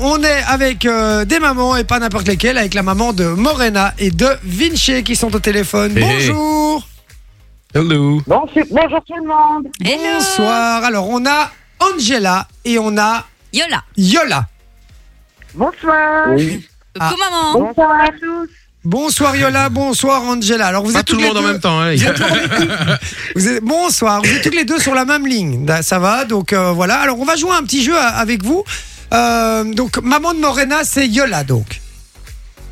On est avec euh, des mamans et pas n'importe lesquelles, avec la maman de Morena et de Vinci qui sont au téléphone. Hey, hey. Bonjour. Hello. Bonjour, bonjour tout le monde. Hello Bonsoir. Alors on a Angela et on a Yola, Yola. Bonsoir. Oui. Ah. coucou maman Bonsoir à tous. Bonsoir Yola, bonsoir Angela. Alors vous Pas êtes tout toutes le les monde en deux- même temps, hein, les vous gars. êtes- vous êtes- bonsoir. Vous êtes toutes les deux sur la même ligne. Da- Ça va. Donc euh, voilà. Alors on va jouer à un petit jeu à- avec vous. Euh, donc maman de Morena, c'est Yola. Donc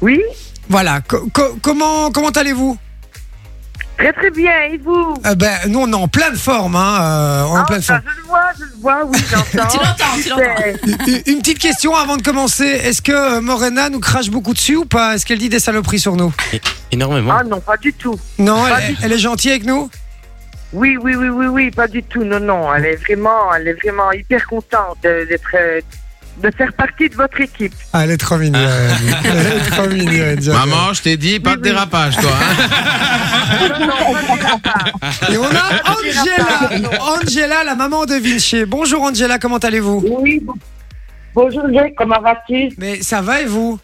Oui, voilà. Co- co- comment comment allez-vous très très bien. Et vous Euh, Ben nous on est en pleine forme. Hein, euh, on est en Ah, pleine forme. ça, Je le vois, je le vois, oui, j'entends. Tu l'entends, tu l'entends. C'est- Une- Une petite question avant de commencer. Est-ce que euh, Morena nous crache beaucoup dessus ou pas Est-ce qu'elle dit des saloperies sur nous Énormément. Ah non, pas du tout. Non, Pas elle, du elle est gentille avec nous Oui, oui, oui, oui, oui, pas du tout. Non, non, elle est vraiment, elle est vraiment hyper contente de- d'être, euh, de faire partie de votre équipe. ah, Elle est trop mignonne. elle est trop mignonne. j'adore. Maman, je t'ai dit, pas de Oui, oui. dérapage, toi. hein. Non, non, pas du tout. Et on a Angela. Angela, la maman de Vinci. Bonjour Angela, comment allez-vous oui. bon- Bonjour Jay, comment vas-tu Mais ça va et vous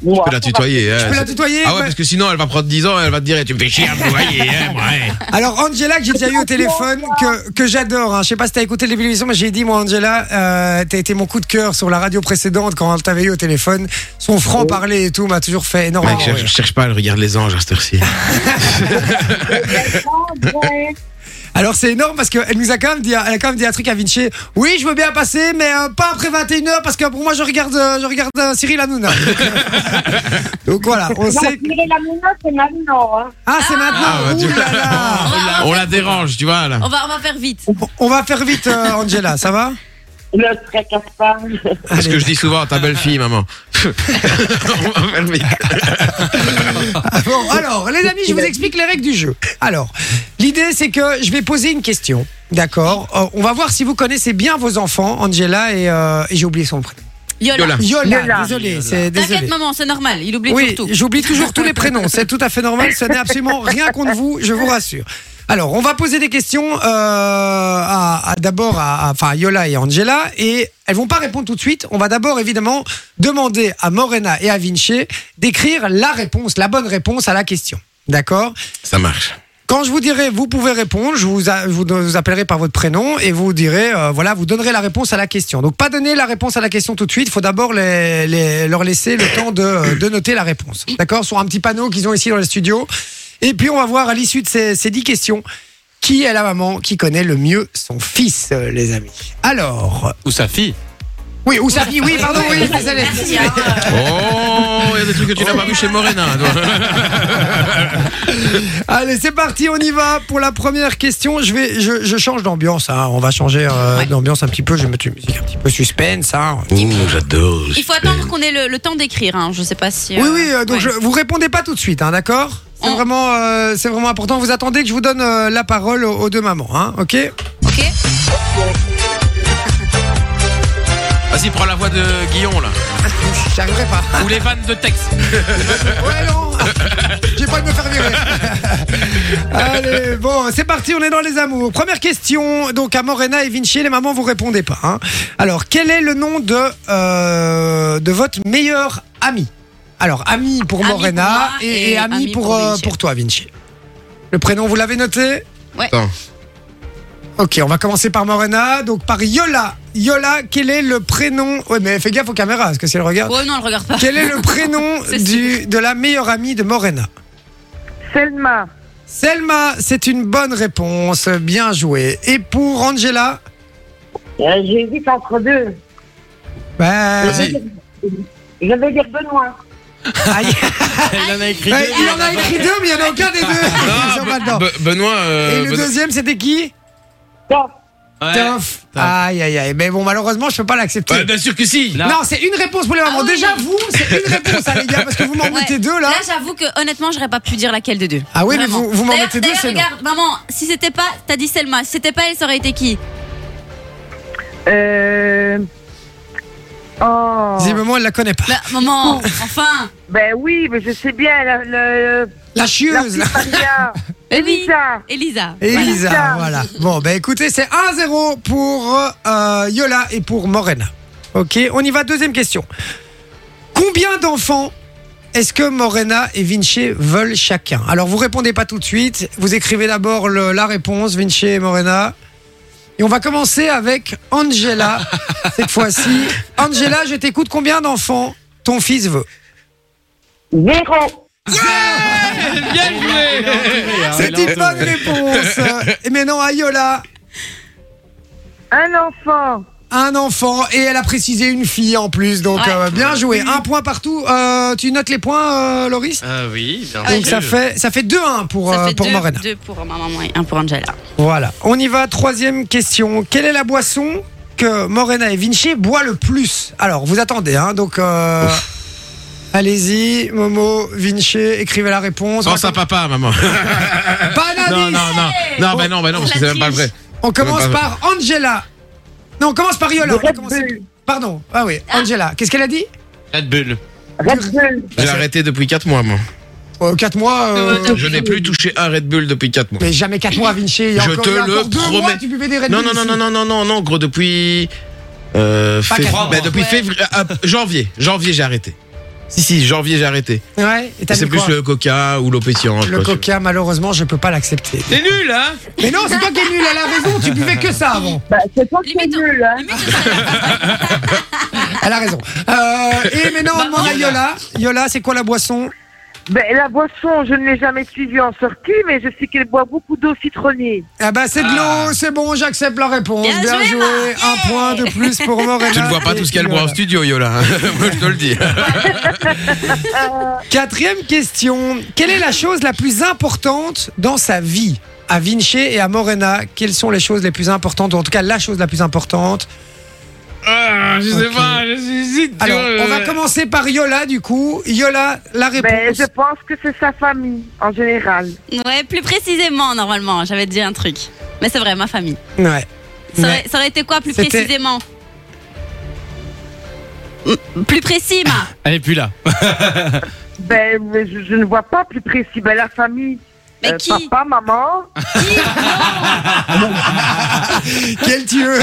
Tu peux la tutoyer. hein. Je peux la tutoyer Ah ouais, Ouais. parce que sinon, elle va prendre 10 ans, elle va te dire, eh, tu me fais chier à me tutoyer, hein, moi, hein. Alors Angela, que j'ai déjà eu au téléphone, que, que j'adore. Hein. Je sais pas si t'as écouté le début de l'émission, mais j'ai dit, moi Angela, euh, t'as été mon coup de cœur sur la radio précédente quand elle t'avait eu au téléphone. Son franc-parler et tout m'a toujours fait énormément. Mec, je cherche, rire. je cherche pas, elle regarde les anges à cette heure-ci. Oh Alors c'est énorme parce qu'elle nous a quand même dit, elle a quand même dit un truc à Vinci. Oui, je veux bien passer, mais euh, pas après 21 h parce que pour moi je regarde, euh, je regarde euh, Cyril Hanouna. Donc voilà, on sait. que- la menace, c'est maintenant. Hein. Ah c'est maintenant. Ah, bah, tu- Ouh là là. Oh, On la dérange, tu vois, là. On va, on va faire vite. On va faire vite, euh, Angela, ça va Ne te tracasse pas. C'est ce Allez. que je dis souvent à ta belle-fille, maman. On va faire vite. Ah Bon, alors, les amis, je vous explique les règles du jeu. Alors, l'idée, c'est que je vais poser une question. D'accord Euh, On va voir si vous connaissez bien vos enfants, Angela et, euh, et j'ai oublié son prénom. Yola. Yola. Yola, Yola. désolé, c'est désolé. T'inquiète maman, c'est normal, il oublie Oui, surtout. j'oublie toujours tous les prénoms, c'est tout à fait normal, ce n'est absolument rien contre vous, je vous rassure. Alors, on va poser des questions euh, à, à- d'abord à, à- enfin, à Yola et Angela, et elles vont pas répondre tout de suite. On va d'abord évidemment demander à Morena et à Vinci d'écrire la réponse, la bonne réponse à la question. D'accord Ça marche. quand je vous dirai, vous pouvez répondre, je vous, a- je vous, je vous appellerai par votre prénom et vous direz, euh, voilà, vous donnerez la réponse à la question. Donc, pas donner la réponse à la question tout de suite, il faut d'abord les, les- leur laisser le temps de, euh, de noter la réponse. D'accord Sur un petit panneau qu'ils ont ici dans le studio. Et puis, on va voir à l'issue de ces, ces 10 questions, qui est la maman qui connaît le mieux son fils, euh, les amis. Alors. Ou sa fille. Oui, ou sa fille, oui, pardon, oui, désolé. Merci, hein. Oh, il y a des trucs que tu n'as pas vu chez Morena. toi. Allez, c'est parti, on y va pour la première question. Je vais, je, je change d'ambiance. hein. On va changer euh, Ouais. d'ambiance un petit peu. Je vais mettre une musique un petit peu suspense. hein. Ouh, j'adore. Il faut attendre qu'on ait le, le temps d'écrire, hein. je sais pas si... euh, Oui, oui. euh, donc ouais. je, vous répondez pas tout de suite, hein, d'accord C'est On- vraiment, euh, c'est vraiment important. Vous attendez que je vous donne euh, la parole aux, aux deux mamans, hein, ok Ok Vas-y, prends la voix de Guillon, là. J'arriverai pas. Ou les vannes de texte. Ouais, non. J'ai pas de me faire virer. Allez, bon, c'est parti. On est dans les amours. Première question. Donc à Morena et Vinci, les mamans vous répondez pas. hein. Alors, quel est le nom de euh, de votre meilleur ami Alors, ami pour Ami pour Morena moi et, et ami, ami pour pour euh, Vinci. pour toi, Vinci. Le prénom, vous l'avez noté Attends. Ok, on va commencer par Morena, donc par Yola. Yola, quel est le prénom Ouais, mais fais gaffe aux caméras, parce que si elle regarde. Oh non, elle regarde pas. Quel est le prénom C'est du, de la meilleure amie de Morena Selma, Selma, c'est une bonne réponse, bien joué. Et pour Angela euh, j'hésite entre deux. Bah, Vas-y. Je vais dire Benoît. aïe. Elle en a écrit Ouais, Il en a écrit deux, mais il n'y en a aucun des deux. Ils sont pas dedans. Non, Be- Benoît. bah, euh, Et le Benoît- deuxième, c'était qui Top. Toff. Aïe, aïe, aïe. Mais bon, malheureusement, je peux pas l'accepter. Bah, Ouais, Bien sûr que si. Non. Non, c'est une réponse pour les mamans. Ah oui. Déjà, vous, c'est une réponse, hein, les gars, parce que vous m'en Ouais. mettez deux, Là, j'avoue que honnêtement, j'aurais pas pu dire laquelle des deux. Ah oui, mais Vraiment. vous- vous m'en D'ailleurs- mettez deux, d'ailleurs, c'est non. regarde, maman, si c'était pas, t'as dit Selma, si c'était pas elle, ça aurait été qui Euh... Oh. Visiblement, elle la connaît pas. Bah, Maman, enfin Ben oui, mais je sais bien. La, le, La la chieuse. petite Maria. Elisa. Elisa. Elisa, ben, Elisa. voilà. Bon, bah écoutez, c'est 1-0 pour euh, Yola et pour Morena. Ok, on y va, deuxième question. Combien d'enfants est-ce que Morena et Vinci veulent chacun Alors, vous répondez pas tout de suite. Vous écrivez d'abord le- la réponse, Vinci et Morena. Et on va commencer avec Angela, cette fois-ci. Angela, je t'écoute. Combien d'enfants ton fils veut Zéro. Bien joué C'est une bonne réponse. Et maintenant, Ayola, Un enfant. un enfant. Et elle a précisé une fille en plus. Donc, Ouais. euh, bien joué. Un point partout. Euh, tu notes les points, euh, Loris Ah oui, bien Donc sûr. ça fait, ça fait 2-1 pour, Ça euh, fait pour deux, Morena. deux pour ma maman et un pour Angela. Voilà. On y va, troisième question. Quelle est la boisson que Morena et Vinci boivent le plus Alors, vous attendez, hein, donc... euh, Allez-y, Momo, Vinci, écrivez la réponse. Pense à papa, maman. Pas d'indice. Non, non, non. Non, bah non, bah non, parce que c'est même pas vrai. On commence par Angela. Non, on commence par Yola. On Le va Red commencer- Bull. Pardon. Ah oui, Angela. Qu'est-ce qu'elle a dit Red Bull. Red Bull. J'ai arrêté depuis 4 mois, moi. 4 mois. euh, Je n'ai plus touché un Red Bull depuis 4 mois. Mais jamais 4 mois, Vinci. Il y a Je encore, te il y a le encore deux promets. mois, tu buvais des Red Non, Bull non, non, ici. non, non, non, non, non, gros, depuis. Euh, Pas quatre fév- mois. bah, depuis Ouais. février. ah, janvier. Janvier, j'ai arrêté. Si, si, janvier, j'ai arrêté. Ouais, et t'as C'est mis plus quoi le coca ou l'eau pétillante. Le quoi, tu coca, malheureusement, je peux pas l'accepter. vois. T'es nul, hein Mais non, c'est toi qui es nul, elle a raison, tu buvais que ça avant. Bah, c'est toi qui es Limite, on- nul, hein. limite, ce serait la- Elle a raison. Euh, et maintenant, on Bah, demande à Yola. Yola, c'est quoi la boisson Ben, la boisson, je ne l'ai jamais suivie en sortie, mais je sais qu'elle boit beaucoup d'eau citronnée. Ah bah, c'est de l'eau, c'est bon, j'accepte la réponse. Bien joué, Marc. Un point de plus pour Morena. Tu ne vois pas tout ce Ah, qu'elle boit en studio, Yola. hein. Moi, je te le dis. Quatrième question. Quelle est la chose la plus importante dans sa vie À Vinci et à Morena, quelles sont les choses les plus importantes, ou en tout cas la chose la plus importante Ah, je sais Ok. pas, je j'hésite. tu Alors, vois, on va euh, commencer par Yola, du coup. Yola, la Ben, réponse. je pense que c'est sa famille, en général. Ouais, plus précisément, normalement, j'avais dit un truc. Mais c'est vrai, ma famille. Ouais. Ça Ouais. aurait, ça aurait été quoi plus C'était- précisément Mm, Plus précis, ma. Elle est plus là. Ben, mais je, je ne vois pas plus précis. Ben, la famille. Mais Euh, qui Papa, maman. Quelle tueuse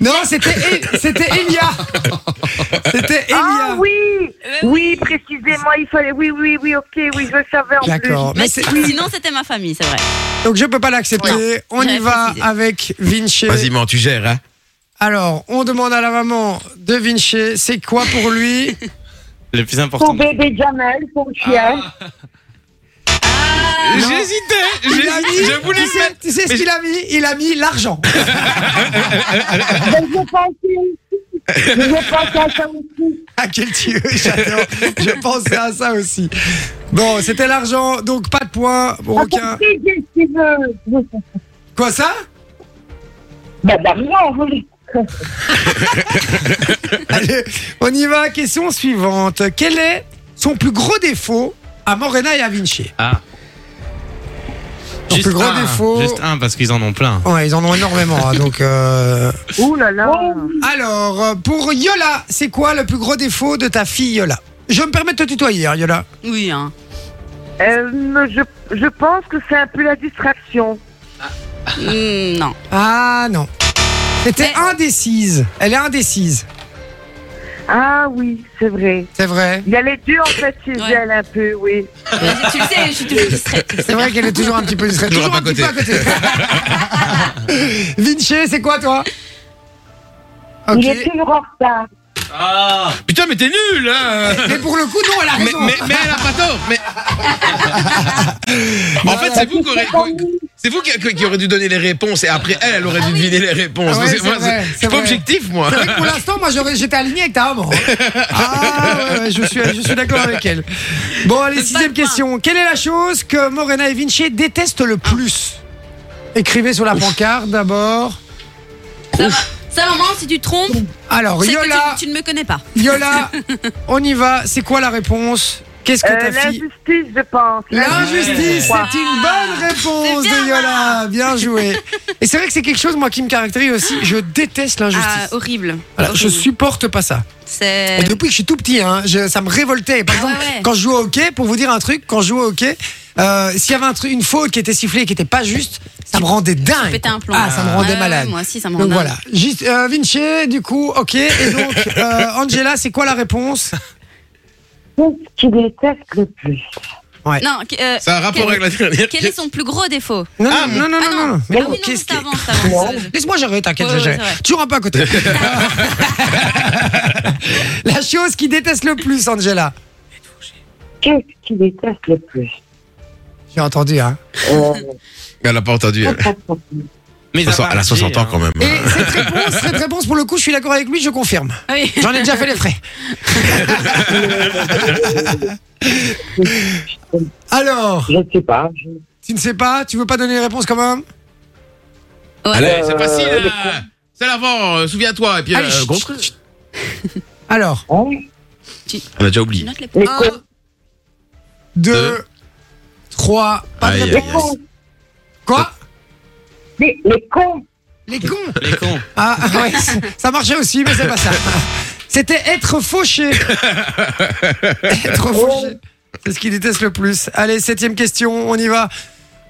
Non, c'était c'était Elia. C'était Elia. Ah oui Euh, Oui, précisément, il fallait... Oui, oui, oui, ok, oui, je le savais en plus. D'accord. Mais Mais c'est- sinon, c'était ma famille, c'est vrai. Donc je peux pas l'accepter. Ouais. On y J'avais va précisé. avec Vinci. Vas-y, man, tu gères, hein. Alors, on demande à la maman de Vinci, c'est quoi pour lui Le plus important. Son bébé Jamel, son chien. J'hésitais. Ah, Il a mis- j'hésitais, Je voulais tu sais, mettre. tu sais ce qu'il a mis Il a mis l'argent. Ben, je pense aussi. Je pense à ça aussi. Ah, quel dieu, j'adore. Je pensais à ça aussi. Bon, c'était l'argent, donc pas de points pour À aucun. ton fils, Ah, si tu veux. Quoi ça Ben, d'argent, oui. Allez, on y va. Question suivante. Quel est son plus gros défaut à Morena et à Vinci Ah. Ton plus gros un, défaut. Juste un parce qu'ils en ont plein. Ouais, ils en ont énormément. hein, donc, euh, Ouh là là. alors euh, pour Yola, c'est quoi le plus gros défaut de ta fille Yola Je me permets de te tutoyer, hein, Yola. Oui, hein. Euh, je, je pense que c'est un peu la distraction. Mm, non. Ah non. C'était Mais- indécise. Elle est indécise. Ah oui, c'est vrai. C'est vrai. Il y a les deux en fait chez Ouais. elle un peu, oui. Vas-y, tu le sais, je suis toujours distraite. C'est vrai qu'elle est toujours un petit peu distraite. Toujours un à petit peu à côté. Vinci, c'est quoi toi Ok. Il est toujours en retard. Ah Putain, mais t'es nul, hein Mais pour le coup, non, elle a Mais, raison. hein. mais, mais elle a pas tort. Mais... en fait, c'est vous, qui aurez- Ah c'est vous qui, qui- qui aurez dû donner les réponses et après elle, elle aurait dû deviner les réponses. Ah ouais, Donc, c'est moi, vrai, je c'est suis pas vrai. objectif, moi. C'est vrai que pour l'instant, moi, j'aurais- j'étais aligné avec ta maman. Ah, ouais, ouais, je suis, je suis d'accord avec elle. Bon, allez, Pas de sixième point. question. Quelle est la chose que Morena et Vinci détestent le plus Écrivez sur la pancarte d'abord. Ça, va- ça, maman, si tu te trompes, Alors, c'est que Yola, tu, tu ne me connais pas. Yola, on y va. C'est quoi la réponse Qu'est-ce que Euh, ta fille. L'injustice, je pense. L'injustice, je crois. c'est une bonne réponse C'est bien, de Yola. Bien joué. Et c'est vrai que c'est quelque chose, moi, qui me caractérise aussi. Je déteste Ah, l'injustice. horrible. Voilà, je Horrible. supporte pas ça. C'est. Et depuis que je suis tout petit, hein, je- ça me révoltait. Par Euh. Ah ouais, exemple, ouais. quand je jouais au hockey, pour vous dire un truc, quand je jouais au hockey, euh, s'il y avait un truc, une faute qui était sifflée et qui était pas juste, ça me rendait dingue. pétais un plomb. Ah, ça me rendait Ouais, ouais, malade. ouais, moi aussi, ça me donc rendait voilà. Gis- euh, Vinci, du coup, ok. Et donc, euh, Angela, c'est quoi la réponse Qu'est-ce qui déteste le plus Non, que- euh, Ça a un rapport quel, avec la dernière. quel est son plus gros défaut non, Ah, non, non, non, Ah non, non. Ah oui, non, qu'est-ce juste qui- avant, juste avant. Laisse-moi gérer, t'inquiète, Ouais, je ouais, gère. c'est vrai. Toujours un peu à côté. la chose qui déteste le plus, Angela. Qu'est-ce qui déteste le plus J'ai entendu, hein. Euh, Elle a pas entendu. Elle, Mais Elle a 60 hein. ans quand même. Et cette réponse, cette réponse, pour le coup, je suis d'accord avec lui, je confirme. Ah Oui. J'en ai déjà fait les frais. Alors, Je ne sais pas. Je... tu ne sais pas, tu veux pas donner les réponses quand même Allez, c'est facile. Euh, hein. C'est l'avant, euh, souviens-toi. Et puis, Allez, euh, chut, contre- chut, chut. Alors, Hein on a déjà Tu oublié. notes les points. les Un, cons. deux, Deux. trois. Pas de Aïe, aïe, réponse. Les aïe. cons. Quoi Les, les Eh cons. Les cons Les cons. Ah ouais, c- ça marchait aussi, mais c'est pas ça. C'était être fauché. être fauché. C'est ce qu'il déteste le plus. Allez, septième question, on y va.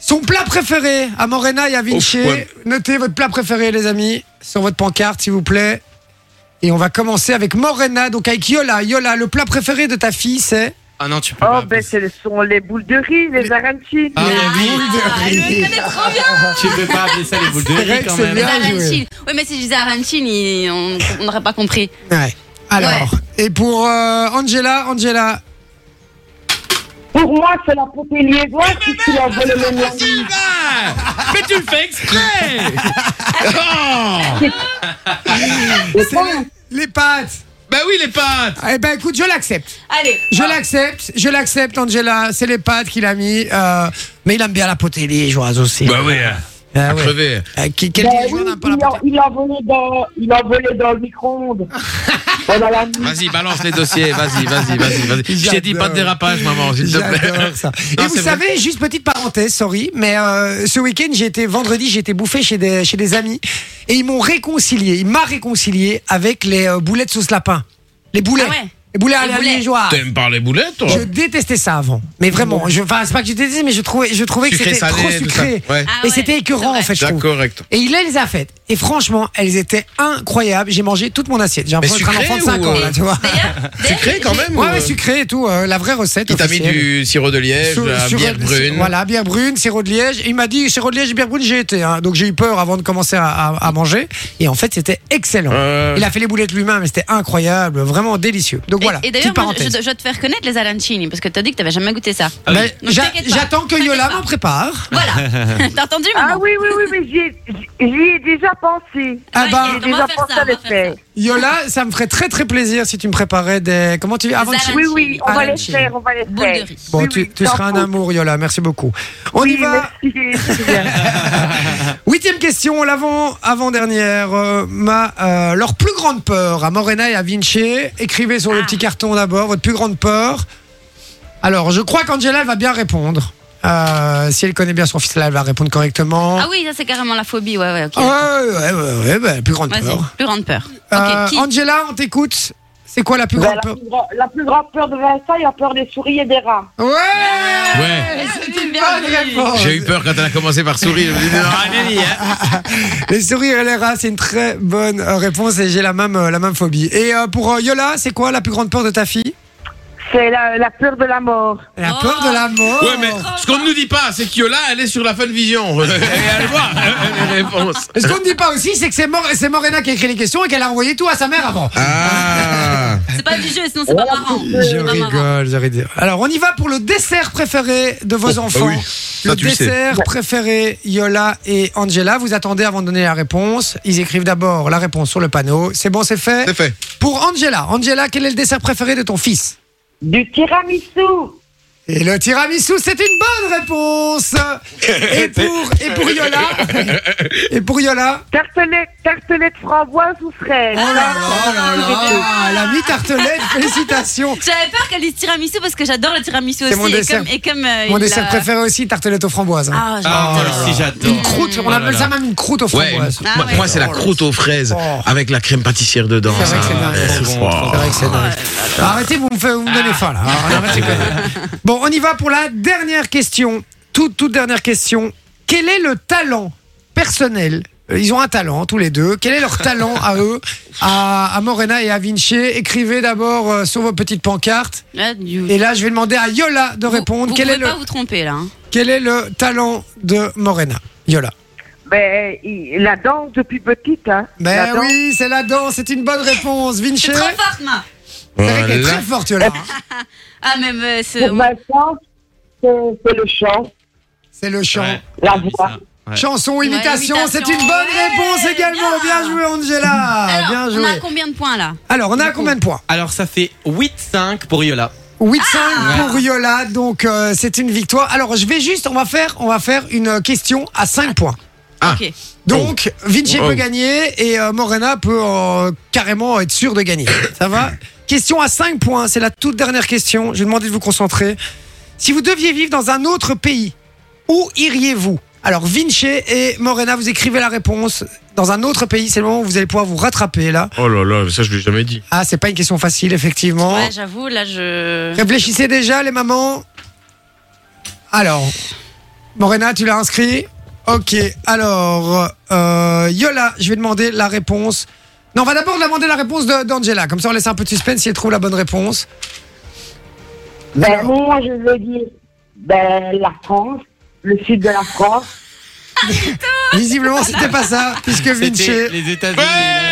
Son plat préféré à Morena et à Vinci. Ouf, ouais. Notez votre plat préféré, les amis, sur votre pancarte, s'il vous plaît. Et on va commencer avec Morena, donc avec Yola. Yola, le plat préféré de ta fille, c'est. Ah non, tu peux Oh, pas. ben, ce sont les boules de riz, les arancines. Ah, oui, Ah, elle le connaît trop bien. tu peux pas appeler ça les boules de C'est vrai riz que quand c'est même. bien. joué. Arancine. Oui, mais si je disais Arancine, il- on on n'aurait pas compris. Ouais. Alors, et pour euh, Angela, Angela, Pour moi, c'est la poupée liégeoise qui Eh ben, se l'a volé le nom. Ah Mais tu le fais exprès Oh c'est les pâtes. Bah oui, les pattes Eh ben écoute, je l'accepte. Allez. Je l'accepte, je l'accepte, Angela. C'est les pâtes qu'il a mis. euh, mais il aime bien la potée liégeoise aussi. Bah oui, hein. Ah à ouais. crever. Euh, qui- quel Bah Ben liégeois oui, n'aime pas la il a- potée il a volé dans, il a volé dans le micro-ondes. Pendant la nuit. Vas-y, balance les dossiers, vas-y, vas-y, vas-y, vas-y. Je t'ai dit J'adore. pas de dérapage, maman, s'il te plaît. J'adore ça. Non, Et vous c'est savez, juste petite parenthèse, sorry, mais euh, ce week-end, j'ai été vendredi, j'ai été bouffé chez des, chez des amis et ils m'ont réconcilié, il m'a réconcilié avec les euh, boulettes sauce lapin. Les boulets. Ah ouais. Les boulets à Les la boulets. liégeoise. T'aimes pas les boulettes, toi Je détestais ça avant. Mais vraiment, je, enfin, c'est pas que je détestais, mais je trouvais, je trouvais que Sucré, c'était salé, trop tout sucré. ça. Ouais. Ah et ouais, c'était écœurant, c'est en fait, je trouve. D'accord, correct. Et il les a faites. Et franchement, elles étaient incroyables. J'ai mangé toute mon assiette. J'ai l'impression d'être un sucré enfant de ou, 5 ans, là, euh, tu vois. Ah. D'ailleurs, d'ailleurs, Sucré quand même Ouais, ou, ouais, euh, sucré et tout. euh, la vraie recette. Il t'a mis officielle. du sirop de liège, Sur- de la sur- bière brune. Voilà, bière brune, sirop de liège. Il m'a dit sirop de liège, bière brune, j'ai été. hein. Donc j'ai eu peur avant de commencer à, à- à manger. Et en fait, c'était excellent. Euh, Il a fait les boulettes lui-même, mais c'était incroyable, vraiment délicieux. Donc Et- voilà, Et, petite d'ailleurs, moi, je, parenthèse. je dois te faire connaître les arancini parce que t'as dit que t'avais jamais goûté ça. Ah oui. Mais Donc, j'a- t'inquiète pas. J'attends que Yola T'inquiète m'en prépare. Voilà. T'as entendu, maman Ah oui, oui, oui, mais j'y ai- j'y ai déjà pensé. Ah Ouais, bah, J'ai on va déjà faire pensé ça, à on va le faire ça. faire. Yola, ça me ferait très très plaisir si tu me préparais des. Comment tu dis Avant de- arancini. Oui, oui, on va les Arancini. faire, on va les Boule de faire. riz. Bon, Oui, tu, oui, tu sans seras un faute. amour, Yola. Merci beaucoup. On y Oui, va. merci, c'est bien. Huitième question, l'avant, avant-dernière. Euh, ma, euh, leur plus grande peur à Morena et à Vinci. Écrivez sur le Ah. petit carton d'abord votre plus grande peur. Alors, je crois qu'Angela elle va bien répondre. Euh, si elle connaît bien son fils, là, elle va répondre correctement. Ah oui, ça c'est carrément la phobie, ouais, ouais, ok. Ouais, ouais, ouais, ouais, bah, plus grande Vas-y, peur. plus grande peur. Ok, Euh, qui Angela, on t'écoute. C'est quoi la plus Ben, grande la, peur plus gra- la plus grande peur de Vincent, il a peur des souris et des rats. Ouais, Ouais. C'est une Bien bonne dit. réponse. J'ai eu peur quand elle a commencé par sourire. Je me suis dit, Ah, Nelly, hein. Les sourires et les rats, c'est une très bonne euh, réponse et j'ai la même, euh, la même phobie. Et euh, pour euh, Yola, c'est quoi la plus grande peur de ta fille C'est la, la peur de la mort. La Oh. peur de la mort. Ouais, mais ce qu'on ne nous dit pas, c'est que là, elle est sur la Fun Vision. Et elle voit euh, les réponses. Mais Ce qu'on ne dit pas aussi, c'est que c'est Mor- c'est Morena qui a écrit les questions et qu'elle a envoyé tout à sa mère avant. Ah C'est pas du jeu, sinon c'est pas Oh, marrant. Je C'est pas marrant. rigole, je rigole. Alors, on y va pour le dessert préféré de vos Oh, bah enfants. oui, le ça, tu le sais. dessert préféré Yola et Angela. Vous attendez avant de donner la réponse. Ils écrivent d'abord la réponse sur le panneau. C'est bon, c'est fait. C'est fait. Pour Angela, Angela, quel est le dessert préféré de ton fils Du tiramisu. Et le tiramisu, c'est une bonne réponse. Et pour, et pour Yola, et pour Yola, Tartelette, tartelette framboise ou fraise oh là là, oh là là, la mi tartelette, félicitations. J'avais peur qu'elle dise tiramisu parce que j'adore le tiramisu C'est aussi. mon et dessert. comme, et comme, euh, Mon il dessert a- préféré aussi, tartelette aux framboises. hein. Ah, Ah, j'adore. si j'adore. Une croûte, on appelle ça même une croûte aux Ouais, framboises. Ah moi, ouais. moi, c'est la croûte aux fraises Oh. avec la crème pâtissière dedans. C'est vrai que ça. c'est dingue. Ouais, Ah, C'est bon. vrai que c'est dingue. Ah. Arrêtez, vous me, faites- vous me donnez faim là. Hein, Arrêtez, quoi. bon, on y va pour la dernière question. Toute, toute dernière question. Quel est le talent personnel Euh, Ils ont un talent, tous les deux. Quel est leur talent à eux, à, à Morena et à Vinci Écrivez d'abord euh, sur vos petites pancartes. Là, du- Et là, je vais demander à Yola de vous- répondre. Vous quel, pouvez est le, pas vous tromper là. hein. quel est le talent de Morena Yola. Ben, il- la danse depuis petite, hein. Mais la danse. Ben oui, c'est la danse, c'est une bonne réponse. Je Vinci, suis très forte, moi. c'est vrai qu'elle est Voilà. très forte, Yola. hein. Ah, même. euh, ce- Pour ma chance, c'est c'est le chant, C'est le chant. Ouais. la Ah oui, voix. ça. Ouais. Chanson, imitation, imitation. c'est une bonne Ouais, réponse également. Bien, bien. joué, Angela. Alors, bah, bien on a joué. combien de points là Alors, on a combien de points Alors ça fait 8-5 pour Yola. 8-5 Ah pour Yola, donc euh, c'est une victoire. Alors, je vais juste, on va faire, on va faire une euh, question à 5 points. Ah. Ok. Donc, Vinci Oh. peut gagner et euh, Morena peut euh, carrément être sûre de gagner. Ça va Question à 5 points, c'est la toute dernière question. Je vais demander de vous concentrer. Si vous deviez vivre dans un autre pays, où iriez-vous Alors, Vinci et Morena, vous écrivez la réponse. Dans un autre pays, c'est le moment où vous allez pouvoir vous rattraper là. Oh là là, ça je l'ai jamais dit. Ah, c'est pas une question facile, effectivement. Ouais, j'avoue, là, je. Réfléchissez déjà, les mamans. Alors, Morena, tu l'as inscrit Ok, alors, euh, Yola, je vais demander la réponse. Non, on va d'abord demander la réponse de- d'Angela. Comme ça, on laisse un peu de suspense si elle trouve la bonne réponse. Ben, moi, je veux dire, ben, la France, le sud de la France. Visiblement, c'était pas ça, puisque Vinci. C'était les États-Unis. Ouais.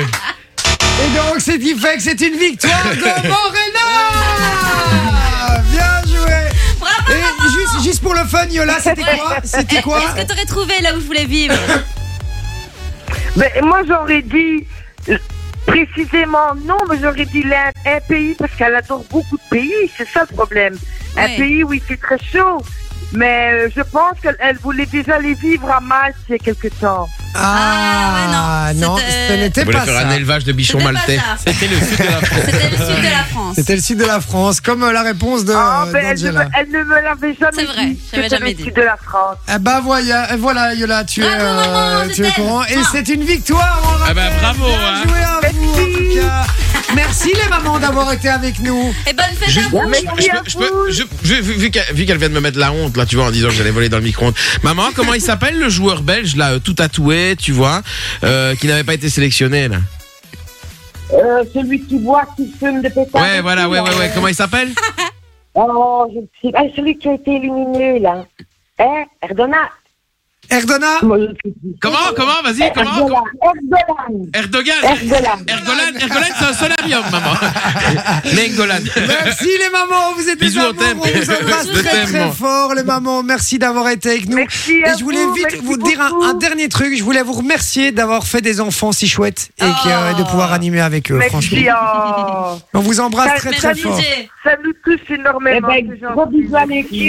Et donc, c'est qui fait que c'est une victoire de Morena Bien joué Bravo Et juste, juste pour le fun, Yola, c'était quoi C'était quoi Est-ce que t'aurais trouvé là où je voulais vivre Ben, moi, j'aurais dit, euh, précisément, non, mais j'aurais dit l'Inde, un pays, parce qu'elle adore beaucoup de pays, c'est ça le problème. Un Ouais. pays où il fait très chaud. Mais euh, je pense qu'elle elle voulait déjà les vivre à Malte il y a quelque temps. Ah, Ah, ouais, non, non, c'était- ce n'était Vous voulez pas faire ça. un élevage de bichons C'était pas maltais ça. C'était le sud de la France. C'était le sud de la France. C'était le sud de la France, comme euh, la réponse de Ah, euh, ben, elle, ne d'Angela. me, elle ne me l'avait C'est jamais vrai, dit. j'avais C'était jamais le dit. sud de la France. Eh ben voilà, voilà Yola, tu es, euh, Bravo, maman, je tu es au t'aime. courant. Et Ah. c'est une victoire. on le Ah ben, rappelle. bravo, Bien hein. joué à vous, en Merci. tout cas. Merci les mamans d'avoir été avec nous. Et Eh, bonne fête à Juste- vous. je- je peux- je peux- je- je- vu- vu qu'elle vu qu'elle vient de me mettre la honte là, tu vois, en disant que j'allais voler dans le micro-ondes. Maman, comment il s'appelle le joueur belge là, euh, tout tatoué, tu vois, euh, qui n'avait pas été sélectionné là Euh, celui qui boit, qui fume de pétards. Ouais, voilà, ouais, ouais, ouais. Comment il s'appelle Oh, je me suis... Ah, celui qui a été éliminé, là. Hein, Erdogan Erdona, Moi, je le sais plus. Comment Comment Vas-y, comment Erdogan, Erdogan, Erdogan Erdogan. Ergolan, Ergolan, c'est un solarium, maman. Nengolan. merci les mamans, vous êtes des Bisous, on amours, t'aime. on vous embrasse Je très t'aime, très moi. fort les mamans, merci d'avoir été avec nous. Merci à Et je voulais vous, vite merci vous dire un, beaucoup. un dernier truc, je voulais vous remercier d'avoir fait des enfants si chouettes et que- euh, Oh. et de pouvoir animer avec eux, franchement. Merci, oh. On vous embrasse Ça- très Merci très fort. Didier. Salut tous énormément. c'est gentil.